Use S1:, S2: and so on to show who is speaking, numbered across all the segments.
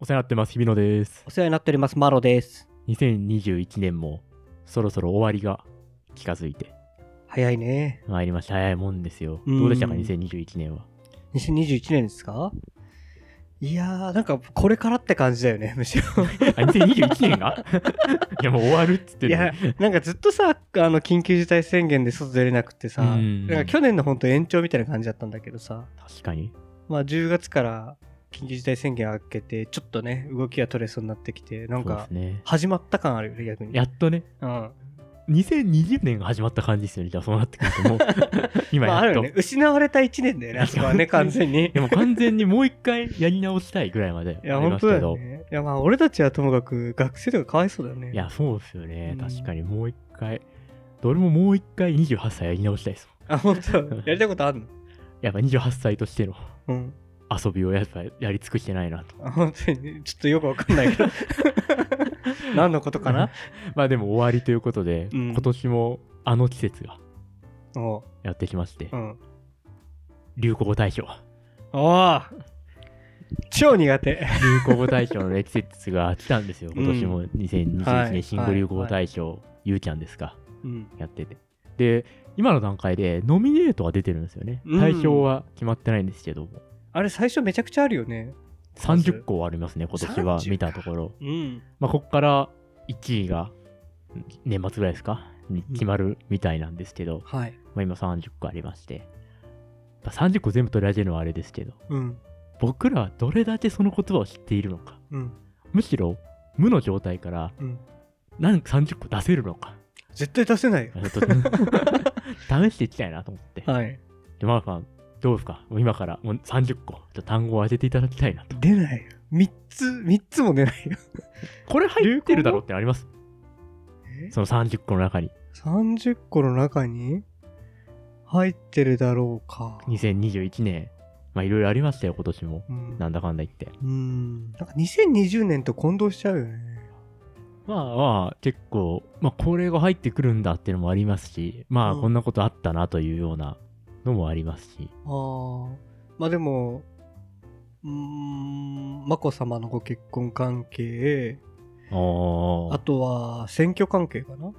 S1: お世話になってます、日比野です。
S2: お世話になっております、マロです。
S1: 2021年もそろそろ終わりが近づいて
S2: 早いね。
S1: まいりました。早いもんですよ。
S2: うん
S1: どうでしたか、2021年は。
S2: 2021年ですかいやー、なんか、これからって感じだ よね、むしろ。
S1: あ、2021年 がいや、もう終わるっつって
S2: い
S1: るの
S2: や
S1: に、
S2: なんかずっとさ、あの、緊急事態宣言で外出れなくてさ、
S1: うん
S2: なんか去年の本当延長みたいな感じだったんだけどさ、
S1: 確かに。
S2: まあ10月から緊急事態宣言明けて、ちょっとね、動きが取れそうになってきて、なん
S1: そうで
S2: か
S1: す、ね。
S2: 始まった感あるよね、逆に。
S1: やっとね、
S2: うん。
S1: 2020年が始まった感じですよね。じゃあ、そうなってくると もう、今
S2: まあ、あ
S1: や
S2: る
S1: っ
S2: よ
S1: と。
S2: ね。失われた1年だよね、あそこは ね、完全に。
S1: でも完全にもう一回やり直したいぐらいまで
S2: いや、
S1: ありま
S2: 本
S1: す
S2: 当だ
S1: け
S2: よ
S1: ど。
S2: ね。いや、まあ、俺たちはともかく、学生とかかわいそうだよね。
S1: いや、そうですよね。
S2: うん
S1: 確かにもう一回。どれももう一回28歳やり直したいですもん。
S2: あ、本当やりたいことあんの
S1: やっぱ28歳としての
S2: うん。
S1: 遊びをやっぱやり尽くしてないなと。
S2: あ、本当に、ちょっとよくわかんないけ ど。何のことかな
S1: まあでも終わりということで、
S2: うん
S1: 今年もあの季節が
S2: おう。
S1: やってきまして、
S2: うん。
S1: 流行語大 賞。
S2: おあ超苦手。
S1: 流行語大賞のね、季節が来たんですよ。今年も2021
S2: は
S1: 年
S2: い
S1: 新語流行語大賞、ゆうちゃんですか、
S2: うん。
S1: やってて。で、今の段階でノミネートは出てるんですよね。
S2: うん
S1: 大賞は決まってないんですけども、
S2: あれ、最初めちゃくちゃあるよね。
S1: 30個ありますね、今年は
S2: 30
S1: 見たところ。
S2: うん。
S1: まあ、ここから1位が年末ぐらいですかに決まるみたいなんですけど、
S2: はい。
S1: まあ、今30個ありまして、まあ、30個全部取り上げるのはあれですけど
S2: うん。
S1: 僕らはどれだけその言葉を知っているのか
S2: うん。
S1: むしろ無の状態から
S2: うん。
S1: 何か30個出せるのか
S2: 絶対出せないよ。
S1: ちょっと 試していきたいなと思って、
S2: はい。
S1: でマーファンどうですかもう今からもう30個ちょっと単語を当てていただきたいなと
S2: 出ないよ。三つ、三つも出ないよ。
S1: これ入ってるだろうってのあります
S2: え
S1: その30個の中に
S2: 30個の中に入ってるだろうか。
S1: 2021年まあいろいろありましたよ今年も
S2: うん
S1: なんだかんだ言って
S2: うん。なんか2020年と混同しちゃうよね。
S1: まあまあ結構、まあ、これが入ってくるんだっていうのもありますしまあ
S2: うん
S1: こんなことあったなというようなのもありますし、
S2: ああ。まあでも、うーん、眞子さまのご結婚関係、
S1: おー
S2: あとは選挙関係かな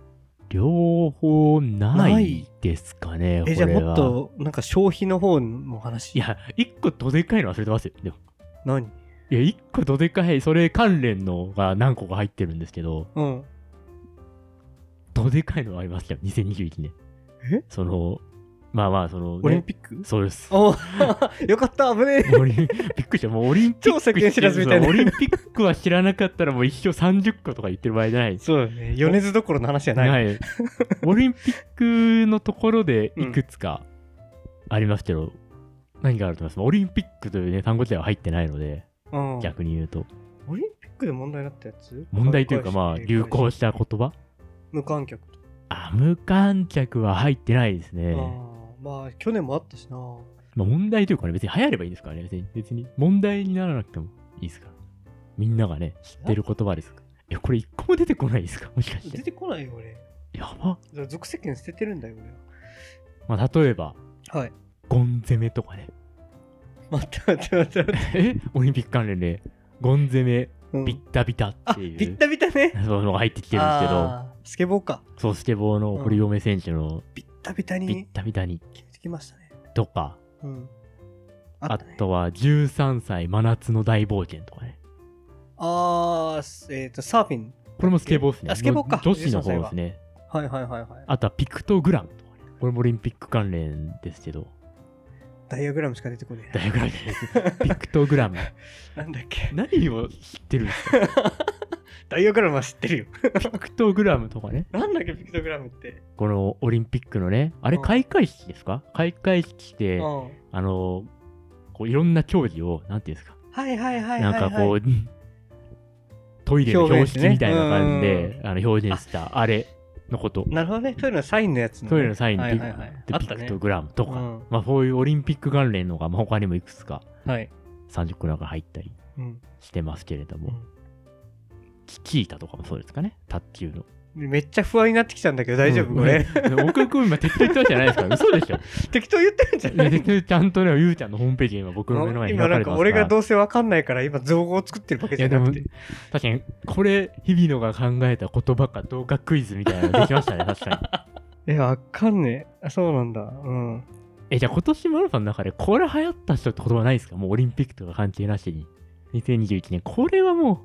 S1: 両方な
S2: ないい
S1: ですかね
S2: え、
S1: こ
S2: じゃあ
S1: れは
S2: もっと、なんか消費の方の話。
S1: い、や一個どでかいの忘れてますよでも
S2: 何
S1: いや一個どでかいそれ関連のが何個か入ってるんですけど
S2: うん。
S1: どでかいのがありましたよ2021年
S2: え
S1: そのまあまあそのね、
S2: オリンピック
S1: そうです
S2: お よかった、危ねえ。
S1: オリンびっくりした。もうオリンピック
S2: 超世間知らずみたいな
S1: そうオリンピックは知らなかったらもう一生30個とか言ってる場合じゃない。
S2: そうだね。米津どころの話じゃない。
S1: はい。オリンピックのところでいくつかありますけど、何があると思いますオリンピックという、ね、単語自体は入ってないので、
S2: うん、
S1: 逆に言うと。
S2: オリンピックで問題になったやつ
S1: 問題というか、まあ、流。
S2: 開会
S1: 行
S2: 式
S1: した言葉
S2: 無観客とか。
S1: あ、無観客は入ってないです
S2: あ
S1: ね。
S2: ーまあ、去年もあったしな。
S1: まあ、問題というかね、別に流行ればいいですからね。別に、別に問題にならなくてもいいですから。みんながね、知ってる言葉ですから。いや、これ一個も出てこないですかもしかし
S2: 出
S1: て。
S2: てこないよ、俺。
S1: やば。
S2: だから属世間捨ててるんだよ、俺は。
S1: まあ、例えば、
S2: はい。
S1: ゴン攻めとかね。
S2: 待って待って待って待って。
S1: えオリンピック関連で、ゴン攻め、
S2: うん
S1: ビッタビタ
S2: あ、
S1: って
S2: ビ
S1: い
S2: ッ
S1: う、
S2: タビタね。
S1: そういうのが入ってきてるんですけど、
S2: あースケボーか。
S1: そう、スケボーの堀嫁選手の
S2: ビッタビタ
S1: ビッ
S2: に
S1: タビタに
S2: 決めてきましたね。
S1: とか、
S2: うん。あ
S1: あ
S2: ったね。
S1: とは13歳真夏の大冒険とかね。
S2: あーすえっ、と、サーフィン。
S1: これもスケボーですね。
S2: あスケボーか
S1: 女子の方ですね。
S2: はいはいはいはい。
S1: あとはピクトグラムとかね。これもオリンピック関連ですけど、
S2: ダイヤグラムしか出てこね
S1: 大学関連 です。ピクトグラム。
S2: え。なんだっけ。
S1: 何を知ってるんですか
S2: ダイヤグラムは知ってるよ。
S1: ピクトグラムとかね。
S2: なんだっけ、ピクトグラムって。
S1: このオリンピックのね、あれ
S2: うん
S1: 開会式ですか開会式して、
S2: うん。
S1: あ
S2: は
S1: の、こういろんな競技を、なんていうんですか、
S2: いはいはいはい、はい。
S1: なんかこう、 トイレの標
S2: 表現です
S1: 識
S2: ね
S1: みたいな感じで、あの表現したあれのこと。
S2: なるほどね。トイレのサインのやつね
S1: トイレのサイン
S2: は
S1: で
S2: い
S1: ピ
S2: はいはい。あ
S1: ク
S2: っ
S1: ピ
S2: た
S1: ク
S2: ね
S1: ト。グラムと
S2: う
S1: か、
S2: ん。
S1: まあそういうオリンピック関連のが、まあ、他にもいくつか
S2: はい。
S1: 30個なんか入ったり
S2: うん。
S1: してますけれども、
S2: うん
S1: チキータとかもそうですかね、卓球の。
S2: めっちゃ不安になってきたんだけど大丈夫これ。
S1: うん奥君今適当言ったわけじゃないですから、嘘で しょ。
S2: 適当言ってるんじゃない
S1: ででちゃんとね、ゆうちゃんのホームページが今僕の目の前に
S2: 今
S1: 開かれ
S2: なん
S1: て
S2: か
S1: ますから。
S2: 俺がどうせわかんないから今造語を作ってるわけ
S1: い
S2: じゃ
S1: やで
S2: な
S1: も
S2: くて。
S1: 確かにこれ日々野が考えた言葉かどうかクイズみたいなのできました ね確かに
S2: え、わかんねえ。あそうなんだ。うん。
S1: えじゃあ今年マルファの中でこれ流行った人って言葉ないですかもうオリンピックとか関係なしに2021年これはもう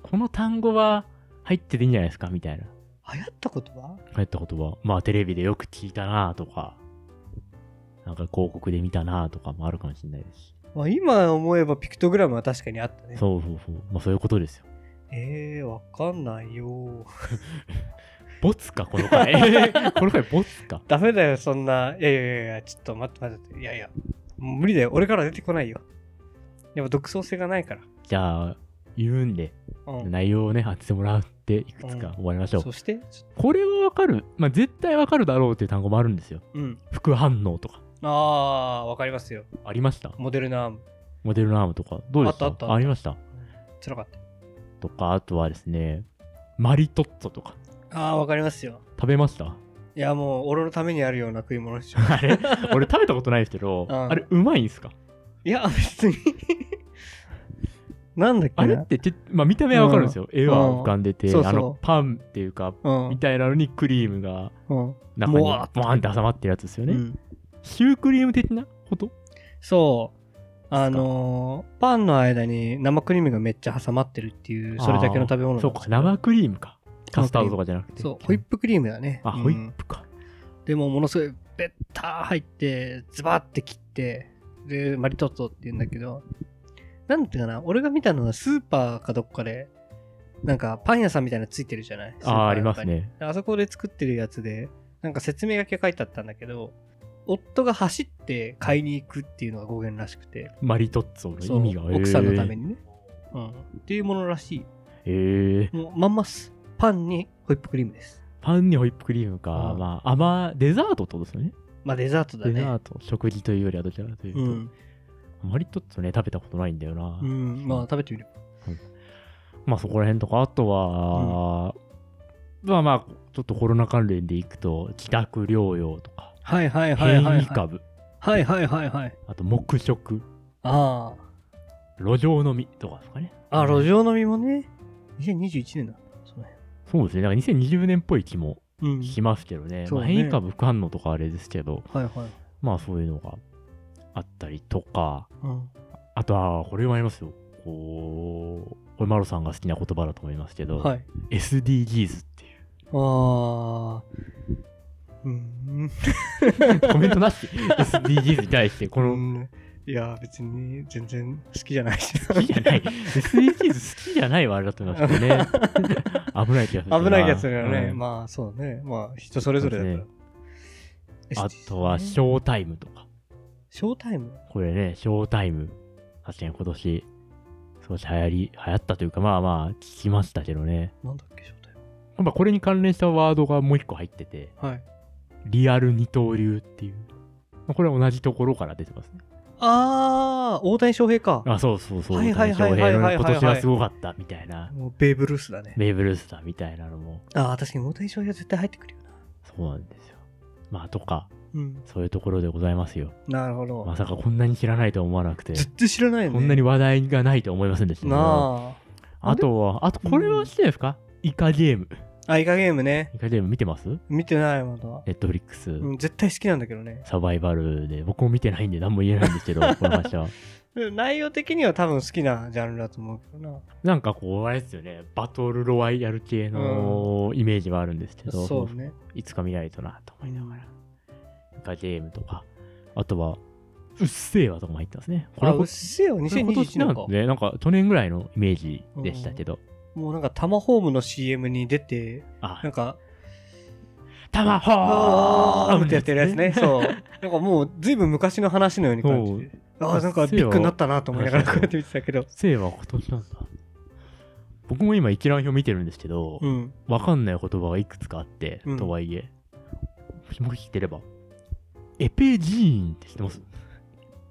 S1: この単語は入ってていいんじゃないですかみたいな
S2: 流行った言葉
S1: 流行った言葉まあテレビでよく聞いたなとかなんか広告で見たなとかもあるかもしれないですし
S2: まあ今思えばピクトグラムは確かにあったね。
S1: そうそうそうまあそういうことですよ
S2: えー、わかんないよ。
S1: ボツかこの回 この回ボツか
S2: ダメだよ、そんな。いやいやいやいや、ちょっと待って待って。いやいや、もう無理だよ。俺から出てこないよ。やっぱ独創性がないから。
S1: じゃあ言うんで
S2: うん。
S1: 内容をね当ててもらっていくつか終わりましょう、
S2: そして、ちょ
S1: これはわかるまあ絶対わかるだろうっていう単語もあるんですよ
S2: うん。
S1: 副反応とか
S2: あー、わかりますよ。
S1: ありました
S2: モデルナーム。
S1: モデルナームとかどうでした
S2: あったあったあった
S1: りました
S2: つらかった。
S1: とかあとはですねマリトッツォとか
S2: あー、わかりますよ。
S1: 食べました
S2: いや、もう、俺のためにあるような食い物でしょ。
S1: あれ俺食べたことないですけど、
S2: うん
S1: あれうまいんすか
S2: いや、別に。 なんだっけ
S1: あれ
S2: な
S1: ってちょ、まあ、見た目はわかるんですよ、絵は浮かんでて、
S2: うんそうそう
S1: あのパンっていうか
S2: うん。う
S1: みたいなのにクリームが
S2: ん。
S1: 中にボ
S2: もわーっと
S1: ーンって挟まってるやつですよね、
S2: うん
S1: シュークリーム的なこと
S2: そう。あのー、パンの間に生クリームがめっちゃ挟まってるっていう、それだけの食べ物なんです
S1: そう
S2: よ
S1: か生クリームかカスタードとかじゃなくて
S2: そう、ホイップクリームだね。
S1: あ、
S2: うん
S1: ホイップか。
S2: でも、ものすごい、べったー入って、ズバーって切って、で、マリトッツォって言うんだけど、なんていうかな、俺が見たのはスーパーかどっかで、なんかパン屋さんみたいなのついてるじゃない
S1: ああ、あります。ね。
S2: であそこで作ってるやつで、なんか説明書きが書いてあったんだけど、夫が走って買いに行くっていうのが語源らしくて、
S1: マリトッツォ
S2: そ
S1: の
S2: う
S1: 意味が。
S2: 奥さんのため
S1: に。
S2: にね、うん。っていうものらし
S1: へえ
S2: い。もうまんまっす。パンにホイップクリームです。
S1: パンにホイップクリームか。
S2: うん
S1: まあ、甘、デザートってことですよね。
S2: まあデザートだ
S1: デザ
S2: ね。
S1: ート、食事というよりはどちらかという
S2: う
S1: と。
S2: ん。
S1: マリトッツォね、食べたことないんだよな
S2: う。ん。まあ食べてみる。
S1: まあ、そこら辺とか、あとは、まあまあ、ちょっとコロナ関連でいくと、自宅療養とか、
S2: はいはいはいは
S1: 変
S2: い。
S1: 異
S2: はい
S1: 株、
S2: はいはいはいはい。
S1: あと黙食、
S2: あ
S1: 路上飲みとかですかね。
S2: あ。あ、路上飲みもね、2021年だ。その
S1: そうですね。なんか2020年っぽい気も
S2: 辺うん。
S1: しますけどね。
S2: そう
S1: まあ
S2: ね
S1: 変異株副反応とかあれですけど、
S2: はいはい。
S1: まあそういうのがあったりとか、
S2: うん。
S1: あとはこれもありますよ。こう、これマロさんが好きな言葉だと思いますけど、
S2: はい。
S1: SDGs ってい
S2: ああ。うん。
S1: う、コメントなし ?SDGs に対して、この、
S2: うんいや別に全然好きじゃないし
S1: 好きじゃ ない、SDGs 好きじゃないはあれだと思いますけど ね。危ない気がする。
S2: 危ないやつだよね、
S1: うん
S2: まあそうねまあ人それぞれだから、
S1: あ
S2: SDGs
S1: とは、
S2: ね
S1: ショータイムとか。
S2: ショータイム
S1: これね、ショータイム。確かに今年、少し流行り、流行ったというか、まあまあ、聞きましたけどね。
S2: なんだっけショータイム
S1: まあ、これに関連したワードがもう一個入ってて、
S2: はい
S1: リアル二刀流っていう。まあこれは同じところから出てますね。
S2: ああ大谷翔平か
S1: あ、そうそうそう。
S2: はいはいはい
S1: 大谷翔平の
S2: はいはいはいはい
S1: 今年はすごかったみたいな。
S2: もうベーブ・ルースだね
S1: ベーブ・ルースだみたいなのも、
S2: ああ確かに大谷翔平は絶対入ってくるよな
S1: そうなんですよ。まあ、とか、
S2: うん
S1: そういうところでございますよ。
S2: なるほど、
S1: まさかこんなに知らないとは思わなくて、
S2: 絶対知らないよね
S1: こんなに話題がないと思いませんでしたけど。
S2: なあ
S1: あとは、あとこれはしてですか、イカゲーム。
S2: ああイカゲームね
S1: イカゲーム見てます
S2: 見てないまだ、
S1: ネットフリックス。
S2: うん、絶対好きなんだけどね
S1: サバイバルで僕も見てないんで何も言えないんですけ どこの話は
S2: でも内容的には多分好きなジャンルだと思うけどな
S1: なんかこうあれですよねバトルロワイヤル系のイメージはあるんですけど、
S2: そうね
S1: いつか見ないとなと思いながら。イカゲームとか、あとは、うっせぇわとかも入ってますね。これ
S2: あ
S1: は
S2: うっ
S1: こ
S2: せえよ
S1: れは今年
S2: 2021
S1: な
S2: 年
S1: ん
S2: か
S1: で、なんか去年ぐらいのイメージでしたけど、
S2: もうなんかタマホームの CM に出て
S1: あ
S2: な、んか
S1: たまほ
S2: あー
S1: ー
S2: ってやってるやつね。そう。なんかもう、ずいぶん昔の話のように感じて。ああ、なんかビッグになったなと思いながらこうやって見てたけど
S1: うっ。せぇわ今年なんだ。僕も今一覧表見てるんですけど、
S2: うん。
S1: わかんない言葉がいくつかあって、
S2: うん
S1: とはいえ、もし知ってれば、エペジーンって知ってます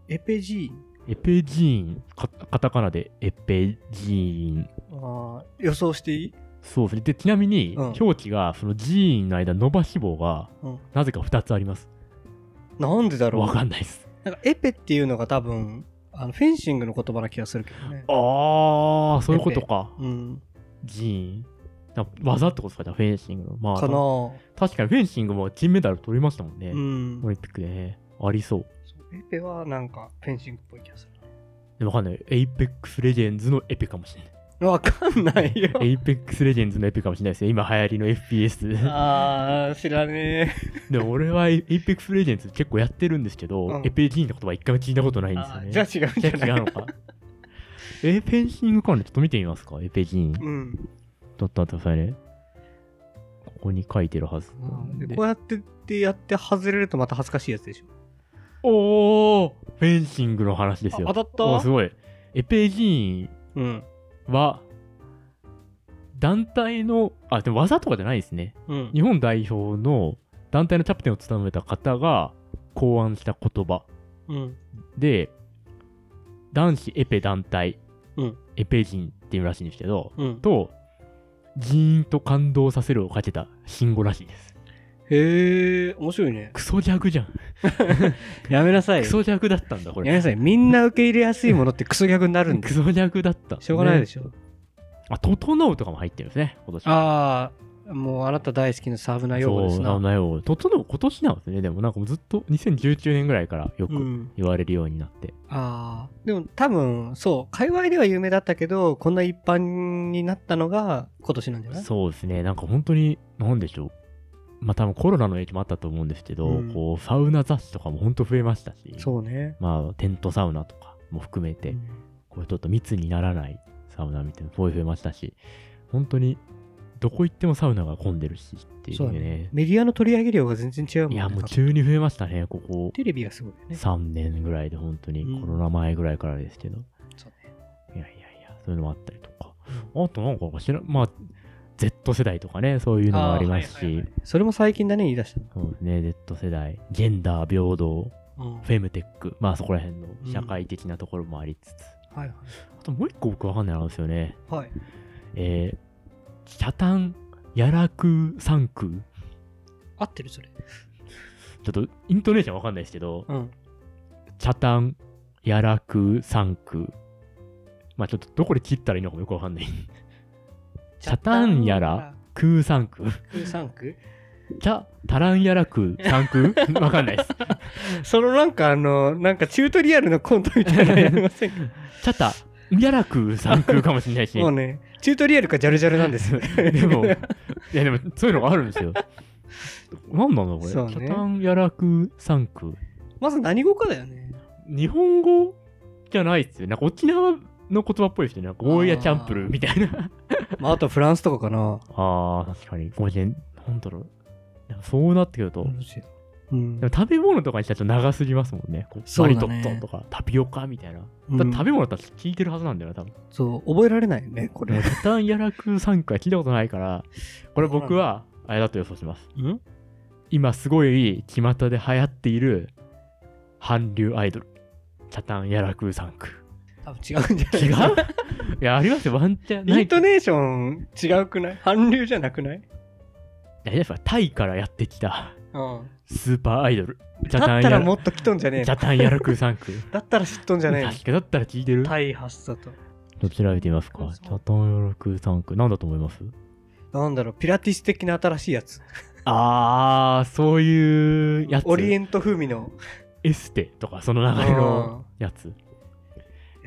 S2: エペジ
S1: エペジーン、カカタカナでエペジーン。
S2: ーン。ああ、予想していい
S1: そうですね。で、ちなみに、
S2: うん
S1: 表記が、その寺院の間、伸ばし棒が
S2: うん、
S1: なぜか2つあります。
S2: なんでだろう
S1: わかんないです。
S2: なんかエペっていうのが多分あのフェンシングの言葉な気がするけどね。
S1: あー、そういうことか。
S2: うん、
S1: 寺院。だ技ってことですか、じゃあフェンシングの。まあ、
S2: かなあ、
S1: 確かにフェンシングも金メダル取りましたもんね。
S2: うん
S1: オ、リンピックでね。ありそう。
S2: エペはなんかフェンシングっぽい気がす
S1: でわかんない。エイペックスレジェンズのエペかもしれない。
S2: る。わかん ないよ。
S1: エイペックスレジェンズのエペかもしれないですよ。今流行りの FPS。
S2: あー、知らね
S1: でも俺はエイペックスレジェンズ結構やってるんですけど、
S2: うん
S1: エペジーンの言葉一回も聞いたことな
S2: え。
S1: いんですよ
S2: あ
S1: ね。
S2: ーじゃあ違うん
S1: じ
S2: じ
S1: ゃあ違
S2: ゃないう
S1: のか。えー、フェンシング関連ちょっと見てみますか。エペジーン。
S2: うん、
S1: ちょっと待ってくださいね。ここに書いてるはず。
S2: で
S1: で
S2: こうやってってやって外れるとまた恥ずかしいやつでしょ。
S1: おーフェンシングの話ですよ。
S2: あ当た
S1: お
S2: っ
S1: す
S2: た
S1: ごい。エペジーン
S2: うん。
S1: は、団体の、あ、でも技とかじゃないですね。
S2: うん
S1: 日本代表の団体のキャプテンを務めた方が考案した言葉
S2: うん。
S1: で、男子エペ団体、
S2: うん
S1: エペ人っていうらしいんですけど、
S2: うん。
S1: と、ジーンと感動させるをかけた信号らしいです。
S2: へえ、面白いね。
S1: クソ弱じゃん。
S2: やめなさい
S1: ク
S2: よ。
S1: ソ弱だったんだ、こ
S2: やめ
S1: れ。
S2: なさい。みんな受け入れやすいものってクソ逆になるんで
S1: ク。ソ弱だった。
S2: しょうがないで
S1: ね
S2: しょ。
S1: あ、整うとかも入ってるんですね、今年。
S2: ああ、もうあなた大好きなサーブな用語です
S1: そう
S2: な。
S1: ななよう。整う今年なんですね。でもなんかもうずっと2019年ぐらいからよ
S2: う
S1: く
S2: ん、
S1: 言われるようになって。
S2: ああでも多分そう界隈では有名だったけどこんな一般になったのが今年なんじゃない
S1: そうですね、なんか本当に、なんでしょう。まあ多分コロナの影響もあったと思うんですけど、
S2: うん
S1: こう、サウナ雑誌とかも本当増えましたし、
S2: そうね
S1: まあテントサウナとかも含めて、こうちょっと密にならないサウナみたいなのすごい増えましたし、本当にどこ行ってもサウナが混んでるしっていう
S2: そうだ
S1: ね。
S2: ねメディアの取り上げ量が全然違うもん、
S1: い
S2: ね、
S1: や、もう急に増えましたね、ここ
S2: テレビがすごいよね
S1: 3年ぐらいで、本当に
S2: うん
S1: コロナ前ぐらいからですけど、
S2: そうね
S1: いやいやいや、そういうのもあったりとか、あとなんか知ら、まあ、Z 世代とかね、そういうのもありますし、
S2: ーはいはいはいそれも最近だね言い出したの
S1: そうですね、Z 世代、ジェンダー平等、
S2: うん
S1: フェムテック、まあそこら辺の社会的なところもありつつ、
S2: はい
S1: あともう一個僕わかんないのあるんですよね。
S2: はいはい
S1: えー、チャタン、ヤラク、サンク、
S2: 合ってるそれ
S1: ちょっとイントネーションわかんないですけど、
S2: うん
S1: チャタン、ヤラク、サンク、まあちょっとどこで切ったらいいのかもよくわかんない。チャタンやらクーサンク、
S2: チャタンやらクーサンク
S1: チャ、タランヤラク、サン クわかんないです。
S2: そのなんかあのなんかチュートリアルのコントみたいなのやり ませんか
S1: チャタ、ヤラク、サンクかもしれないし、
S2: もうねチュートリアルかジャルジャルなんですよ
S1: でも、いやでもそういうのがあるんですよ。何なのこれ。
S2: そうね
S1: キャタンヤラクサンク。
S2: まず何語かだよね
S1: 日本語じゃないっすよ。なんか沖縄の言葉っぽいですよね。なんかゴーヤチャンプルーみたいな。
S2: まああとフランスとかかな
S1: ああー、確かに。ごめん、なんだろう。でもそうなってくると、
S2: うん
S1: でも食べ物とかにしたらちょっと長すぎますもんね。こう
S2: そうだね
S1: マリトッツォとかタピオカみたいな。だ
S2: うん
S1: って食べ物だったら聞いてるはずなんだよな、多分。
S2: そう、覚えられないよね、こ
S1: でも
S2: れ。
S1: キャタンヤラクサンクは聞いたことないから、これ僕はあれだと予想します。
S2: うん
S1: 今すごい巷で流行っている韓流アイドル。チャタンヤラクーサンク。
S2: 多分違うんじゃない
S1: 違 ういや、ありますよ。ワンチャンな
S2: イ
S1: い
S2: ン。トネーション違うくない韓流じゃなくない
S1: いややっぱタイからやってきた
S2: うん。
S1: スーパーアイドル。チ
S2: だ
S1: ャタ
S2: っ
S1: ン
S2: た
S1: ヤ
S2: ら
S1: ラ
S2: もっと来とんじゃねえ
S1: チャ
S2: の
S1: タンヤラクーサンク。
S2: だったら知っとんじゃねえの
S1: 確かだったら聞いてるちょ
S2: タイ発だと。
S1: っと調べてみますか。チャタンヤラクーサンク。なんだと思います
S2: なんだろう、ピラティス的な新しいやつ。
S1: あー、そういうやつ。
S2: オリエント風味の。
S1: エステとか、その流れのやつ。
S2: うん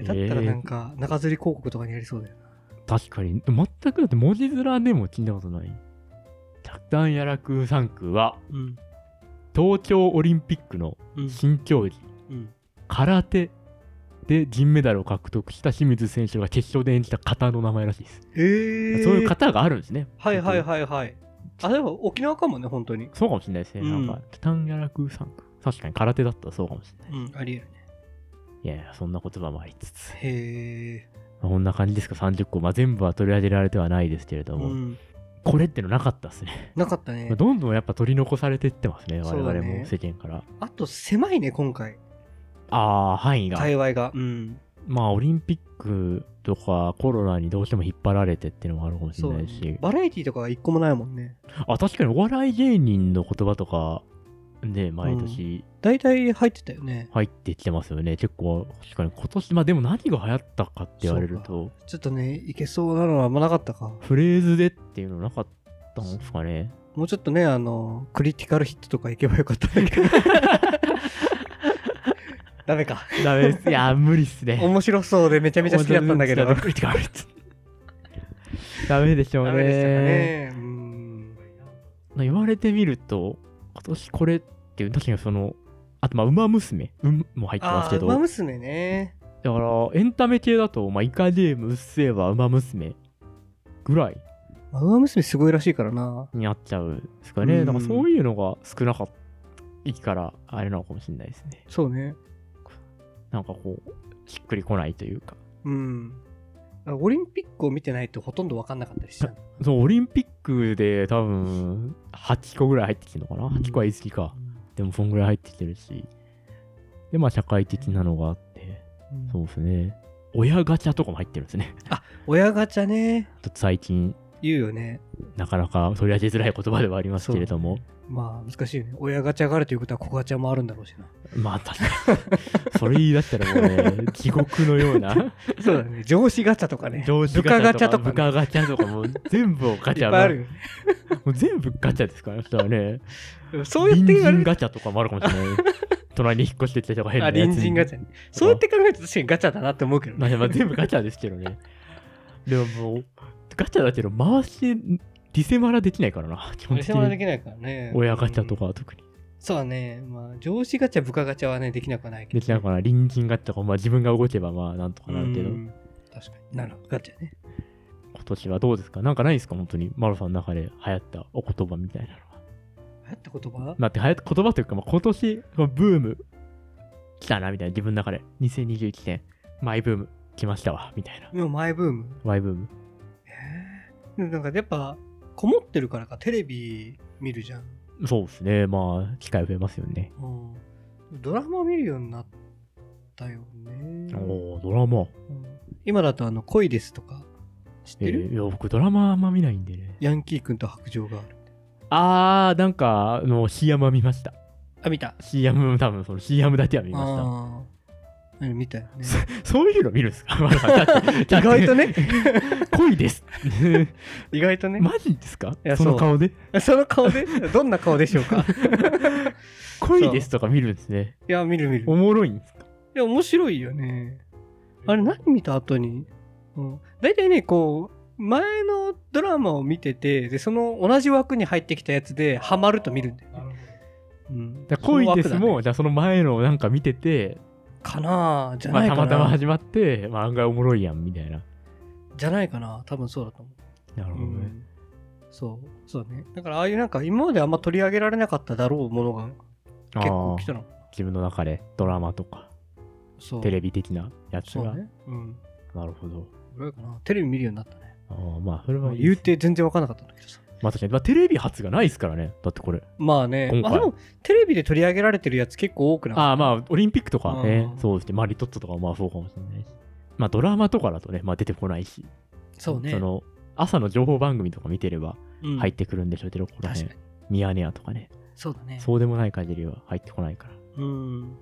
S2: だったらなんか、中吊り広告とかにやりそうだよな。
S1: 確かに。全くだって文字面でも聞いたことない。チャタンヤラクーサンクは、
S2: うん。
S1: 東京オリンピックの
S2: うん。
S1: 新競技、
S2: うん。
S1: 空手で銀メダルを獲得した清水選手が決勝で演じた方の名前らしいです。
S2: えー。
S1: そういう方があるんですね。
S2: はいはいはいはい。あ、でも沖縄かもね、本当に。
S1: そうかもしれないですね。
S2: うん
S1: なんか、チャタンヤラクーサンク。確かに空手だったらそうかもしれない。
S2: うん、ありえるね。
S1: いやいや、そんな言葉もありつつ。
S2: へえ。
S1: まあこんな感じですか、30個。まあ、全部は取り上げられてはないですけれど
S2: う
S1: も、
S2: ん。
S1: これってのなかったですね。
S2: なかったね
S1: まあ。どんどんやっぱ取り残されてってますね、我
S2: そうだね
S1: 々も世間から。
S2: あと、狭いね、今回。
S1: ああ、範囲が。
S2: 界隈が。うん。
S1: まあオリンピックとかコロナにどうしても引っ張られてっていうのもあるかもしれ
S2: そう
S1: ないし、
S2: バラエティとかが一個もないもんね
S1: あ確かにお笑い芸人の言葉とかね毎年
S2: 大体入ってたよね
S1: 入ってきてますよね、結構確かに今年まあでも何が流行ったかって言われると
S2: ちょっとねいけそうなのはあんまなかったか
S1: フレーズでっていうのなかったんですかね
S2: もうちょっとねあのクリティカルヒットとかいけばよかったん だけどダメか
S1: ダメですいや無理っすね
S2: 面白そうでめちゃめちゃ好きだったんだけど
S1: ちょっとクリティカルってダメでしょうね
S2: ダメでしたかねうん
S1: 言われてみると今年これっていう確かにそのあとまあ「ウマ娘」うんも入ってま
S2: あ
S1: す
S2: あ
S1: け
S2: ー
S1: ど
S2: 馬娘ね
S1: だからエンタメ系だと「まあ、イカゲーム」「うっせぇわ」「ウマ娘」ぐらい
S2: まあ馬娘すごいらしいからな
S1: になっちゃうんですかね、
S2: うん
S1: だからそういうのが少なかったからあれなのかもしれないですね
S2: そうね
S1: なんかこうしっくりこないというか
S2: うんオリンピックを見てないとほとんど分かんなかったりしたの
S1: そうオリンピックで多分8個ぐらい入ってきてるのかな8個は言い過ぎか、でもそんぐらい入ってきてるしでまあ社会的なのがあって
S2: うん
S1: そうですね。親ガチャとかも入ってるんですね。
S2: 親ガチャね
S1: ちょっと最近、
S2: 言うよね
S1: なかなか取り上げづらい言葉ではありますけれども、
S2: まあ難しいよね親ガチャがあるということは子ガチャもあるんだろうしな
S1: まあ確かに、それ言い出したらもうね、地獄のような、
S2: そう だね上司ガチャとかね
S1: 上司
S2: 部下
S1: ガ
S2: ガ
S1: チ
S2: チ
S1: ャ
S2: ャ
S1: と
S2: と
S1: か、
S2: か
S1: 部下ガチャとか、もう全部をガ
S2: いっ
S1: チャ
S2: ぱいあるよ
S1: もう全部ガチャですから、ね、人はね、
S2: ねそうやって
S1: 隣
S2: 言われ
S1: 人
S2: る
S1: ガチャとかもあるかもしれない。隣に引っ越してきた人が変な
S2: あ
S1: やつに
S2: 隣人ガチャねそうやって考えると確かにガチャだなって思うけど
S1: まあ
S2: ね
S1: まあ全部ガチャですけどね。でももう、ガチャだけど、回して、リセマラできないからな、 基本
S2: 俺
S1: 的
S2: 様で
S1: に。
S2: きないからね
S1: 親ガチャと
S2: うん
S1: かは特に。
S2: そうだねまあ上司ガチャ部下ガチャはねできなくはないけど
S1: できなくはない隣人があったか、まあ、自分が動けばまあなんとかなるけど、
S2: うん確かになるほどガチャね
S1: 今年はどうですかなんかないですか本当にマロさんの中で流行ったお言葉みたいなのは。
S2: 流行った言葉
S1: だって流行った言葉というか、まあ、今年このブーム来たなみたいな自分の中で2021年マイブーム来ましたわみたいな
S2: 今マイブーム
S1: マイブーム
S2: でもなんかやっぱこもってるからかテレビ見るじゃん、
S1: そうですねまあ機会増えますよね、
S2: うん、ドラマ見るようになったよね、
S1: おおドラマ
S2: うん今だとあの「恋です」とか知っ
S1: え
S2: てる、
S1: ー、いや僕ドラマあんま見ないんでね
S2: ヤンキー君と白状がある
S1: あーなんかあの CM は見ました
S2: あ見た
S1: CM 多分その CM だけは見ました
S2: あーうん見たよね
S1: そういうの見るんですか まあだって だ
S2: 意
S1: って
S2: 外とね
S1: 恋です。
S2: 意外とね、
S1: マジですか
S2: いや
S1: その
S2: そう
S1: 顔で
S2: その顔でどんな顔でしょうか
S1: 恋ですとか見るんですね。
S2: いや見る見る
S1: おもろいんですか
S2: いや面白いよねあれ何見た後に、うん、大体ねこう前のドラマを見ててでその同じ枠に入ってきたやつでハマると見るんだよね、うん、
S1: だから恋です
S2: その
S1: も、
S2: 枠だね
S1: じゃあその前のなんか見てて、
S2: かなあじゃ
S1: ま
S2: な
S1: あ、
S2: い
S1: た
S2: かな、
S1: またま始まって、まあ、案外おもろいやんみたいな。
S2: じゃないかな多分そうだと思
S1: なる
S2: う、
S1: ほど
S2: う
S1: ね。
S2: んそうそうねだからああいうなんか今まであんま取り上げられなかっただろうものが
S1: あ
S2: 結構来
S1: ー
S2: たの
S1: 自分の中でドラマとか
S2: そう
S1: テ
S2: ビ
S1: レビ的なやつ
S2: そう
S1: が。
S2: ねうん
S1: なるほど。
S2: ぐらいかなテレビ見るようになったね
S1: あーまあ、それはいい
S2: 言
S1: で
S2: う
S1: す。
S2: て全然わかんなかったんだけどさ
S1: まあ、確かに、まあ、テレビ発がないですからね。だってこれ。
S2: まあね
S1: 今
S2: あ
S1: 回
S2: でもテレビで取り上げられてるやつ結構多くなかった
S1: ああ、まあ、オリンピックとかね
S2: う、ん
S1: そうですね。まあ、リトッツォとかもまあ、そうかもしれないし。まあ、ドラマとかだとね、まあ、出てこないし。
S2: そうね。
S1: の朝の情報番組とか見てれば
S2: うん
S1: 入ってくるんでしょうけど、ここら
S2: 確
S1: 辺
S2: かに。
S1: ミヤネ屋とかね、
S2: そうだね。
S1: そうでもない限りは入ってこないから。
S2: うん。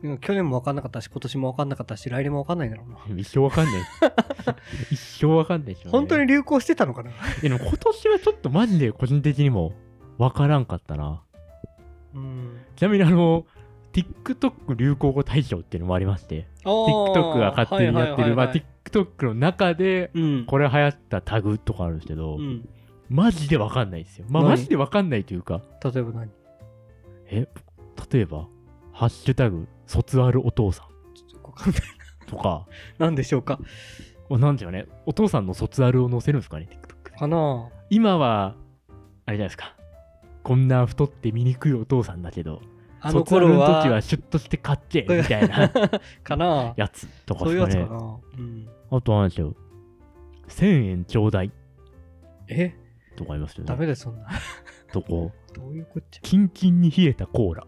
S2: でも去年も分かんなかったし、今年も分かんなかったし、来年も分かんないだろうな。
S1: 一生わかんな い。一生わかんないでしょ、ね。
S2: 本当に流行してたのかな。
S1: でも今年はちょっとマジで個人的にもわからんかったな。
S2: うん。
S1: ちなみにあの、TikTok 流行語大賞っていうのもありまして、TikTok が勝手にやってる、まあ、TikTok の中で、
S2: うん。
S1: これ流行ったタグとかあるんですけど、
S2: うん。
S1: マジでわかんないですよ。まあ、
S2: 何
S1: マジでわかんないというか、
S2: 例えば何
S1: え例えば「ハッシュタグ卒アルお父さん
S2: ちょっと分かんない。」
S1: とか
S2: 何でしょうか。
S1: まあなんていうかねお父さんの卒アルを載せるんですかね TikTok で
S2: かな
S1: 今はあれじゃないですかこんな太って醜いお父さんだけど
S2: あの頃
S1: 卒アルの時は
S2: は。
S1: シュッとしてかっけえみたい な
S2: かな
S1: やつとか
S2: そう
S1: で
S2: いう
S1: す
S2: や
S1: か
S2: つ
S1: ね
S2: かな。うん。
S1: あとなんでしょう1000円ちょうだい
S2: え
S1: とか言いますよ
S2: ダ
S1: ね
S2: メだよ、そんな。
S1: とこ
S2: どういうこっちゃ。
S1: キンキンに冷えたコーラ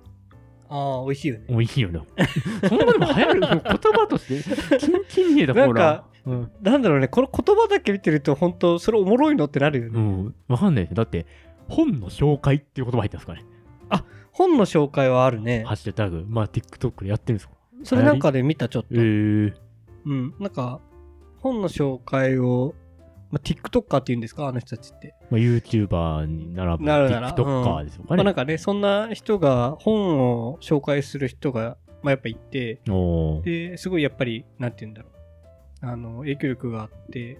S2: ああ、美味しいよね。
S1: 美味しいよね。 そんなでも流行る言葉と して、キンキンに冷えたコーラ。うん
S2: なんだろうね、この言葉だけ見てると、本当それおもろいのってなるよ
S1: う
S2: ね。
S1: ん、わかんないですね。だって、本の紹介っていう言葉入ってますからね。
S2: 本の紹介はあるね。
S1: ハッシュタグ、まあ、TikTok でやってるんですか。
S2: それなんかで見た、ちょっと。
S1: えー、
S2: うん。なんか、本の紹介を、まあ、TikToker って言うんですかあの人たちって。
S1: まあ、YouTuber に並ぶ
S2: なるなら
S1: TikToker ですよか
S2: まあ、
S1: ね。
S2: なんかね、そんな人が、本を紹介する人が、まあ、やっぱいて、
S1: おー
S2: で、すごいやっぱり、なんて言うんだろう。あの、影響力があって、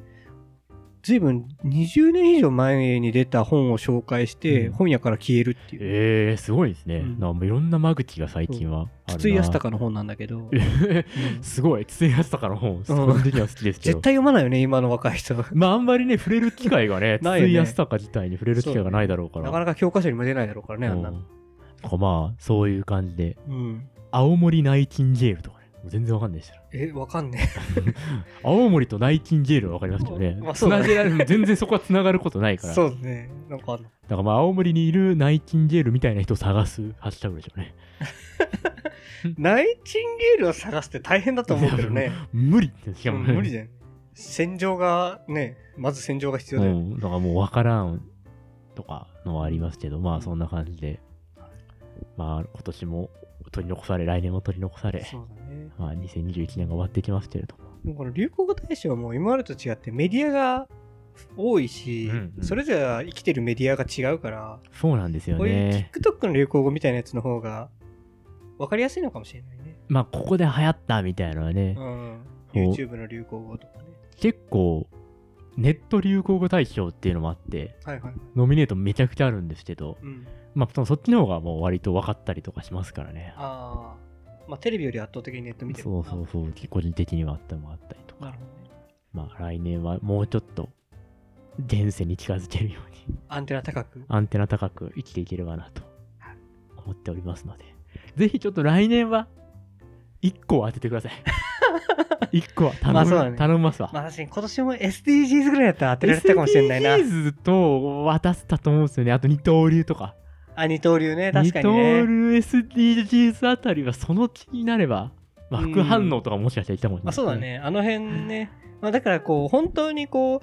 S2: ずいぶん20年以上前に出た本を紹介して、
S1: うん
S2: 本屋から消えるっていう。
S1: えー、すごいですね。
S2: うん
S1: なんかいろんな間口が最近はあるな。
S2: 筒井康隆の本なんだけど、
S1: え
S2: うん
S1: すごい、筒井康隆の本、個人的には好きですけど
S2: 絶。対読まないよね、今の若い人。
S1: まあ、あんまりね、触れる機会がね、
S2: な
S1: 筒
S2: いよね
S1: 井康隆自体に触れる機会がないだろうから。
S2: なかなか教科書にも出ないだろうからね、あんな
S1: う
S2: の。
S1: んとかまあ、そういう感じで、
S2: うん。
S1: 青森ナイチンジェールとかね、全然わかんないですよ。
S2: え、わかんね
S1: 青森とナイチンジェールはわかりますけどね
S2: ま、あそうだ
S1: 繋げ
S2: ね
S1: られる全然そこは繋がることない
S2: え。
S1: から。だ
S2: そうだね。なんかあんの
S1: からまあ、青森にいるナイチンジェールみたいな人を探すハッシュタグでしょうね。
S2: ナイチンゲールを探すって大変だと思うけ どね。
S1: 無理って、しかもね、
S2: 無理だよね。戦場がね、まず戦場が必要だよね。
S1: うん、だからもう分からんとかのはありますけど、まあそんな感じで、まあ今年も取り残され、来年も取り残され、
S2: そうだね。
S1: まあ2021年が終わってきますけれども。
S2: でもこの流行語大賞はもう今までと違ってメディアが多いし、
S1: うんうん
S2: それぞれが生きてるメディアが違うから、
S1: そうなんですよ
S2: こういう
S1: ね。
S2: TikTok の流行語みたいなやつの方が分かりやすいのかもしれないね。
S1: まあここで流行ったみたいなのはね、
S2: うん。
S1: そう
S2: YouTube の流行語とかね。
S1: 結構ネット流行語大賞っていうのもあって、
S2: はいはいはい。
S1: ノミネートめちゃくちゃあるんですけど、
S2: うん。
S1: まあそっちの方がもう割と分かったりとかしますからね。
S2: ああ。まあテレビより圧倒的にネット見てる
S1: そうそうそう、個人的にはあったもあったりと
S2: な
S1: か
S2: る、ほどね。
S1: まあ来年はもうちょっと前世に近づけるように。
S2: アンテナ高く。
S1: アンテナ高く生きていければなと思っておりますので、ぜひちょっと来年は1個は当てて ください。1個は頼む、
S2: まあそうだね
S1: 頼みますわ。
S2: まあ確かに今年も SDGs ぐらいだったら当てられてたかもしれないな。
S1: SDGs と渡せたと思うんですよね。あと二刀流とか。
S2: あ、二刀流ね、
S1: 二
S2: 確かに
S1: 刀
S2: ね。
S1: 流 SDGs あたりはその気になれば、まあ、
S2: うん
S1: 副反応とかもしかしたらいたもん
S2: まあそうだ。ね、あの辺ね。まあだからこう、本当にこう、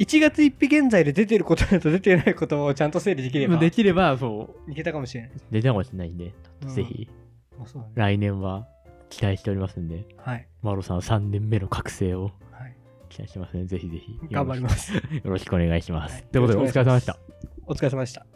S2: 1月1日現在で出てることと出てないことをちゃんと整理できれば、
S1: で
S2: い
S1: きれば、そう、
S2: けたかもしれない。
S1: 出たかもしれないんで、ぜひ
S2: うん。まあそうだね。
S1: 来年は期待しておりますんで、
S2: はい。
S1: マロさん3年目の覚醒を
S2: はい、
S1: 期待してますね。ぜひぜひ。
S2: 頑張ります。
S1: よろしくお願いしま
S2: は
S1: す
S2: い。
S1: ということで、お疲れ様でした。
S2: お疲れ様でした。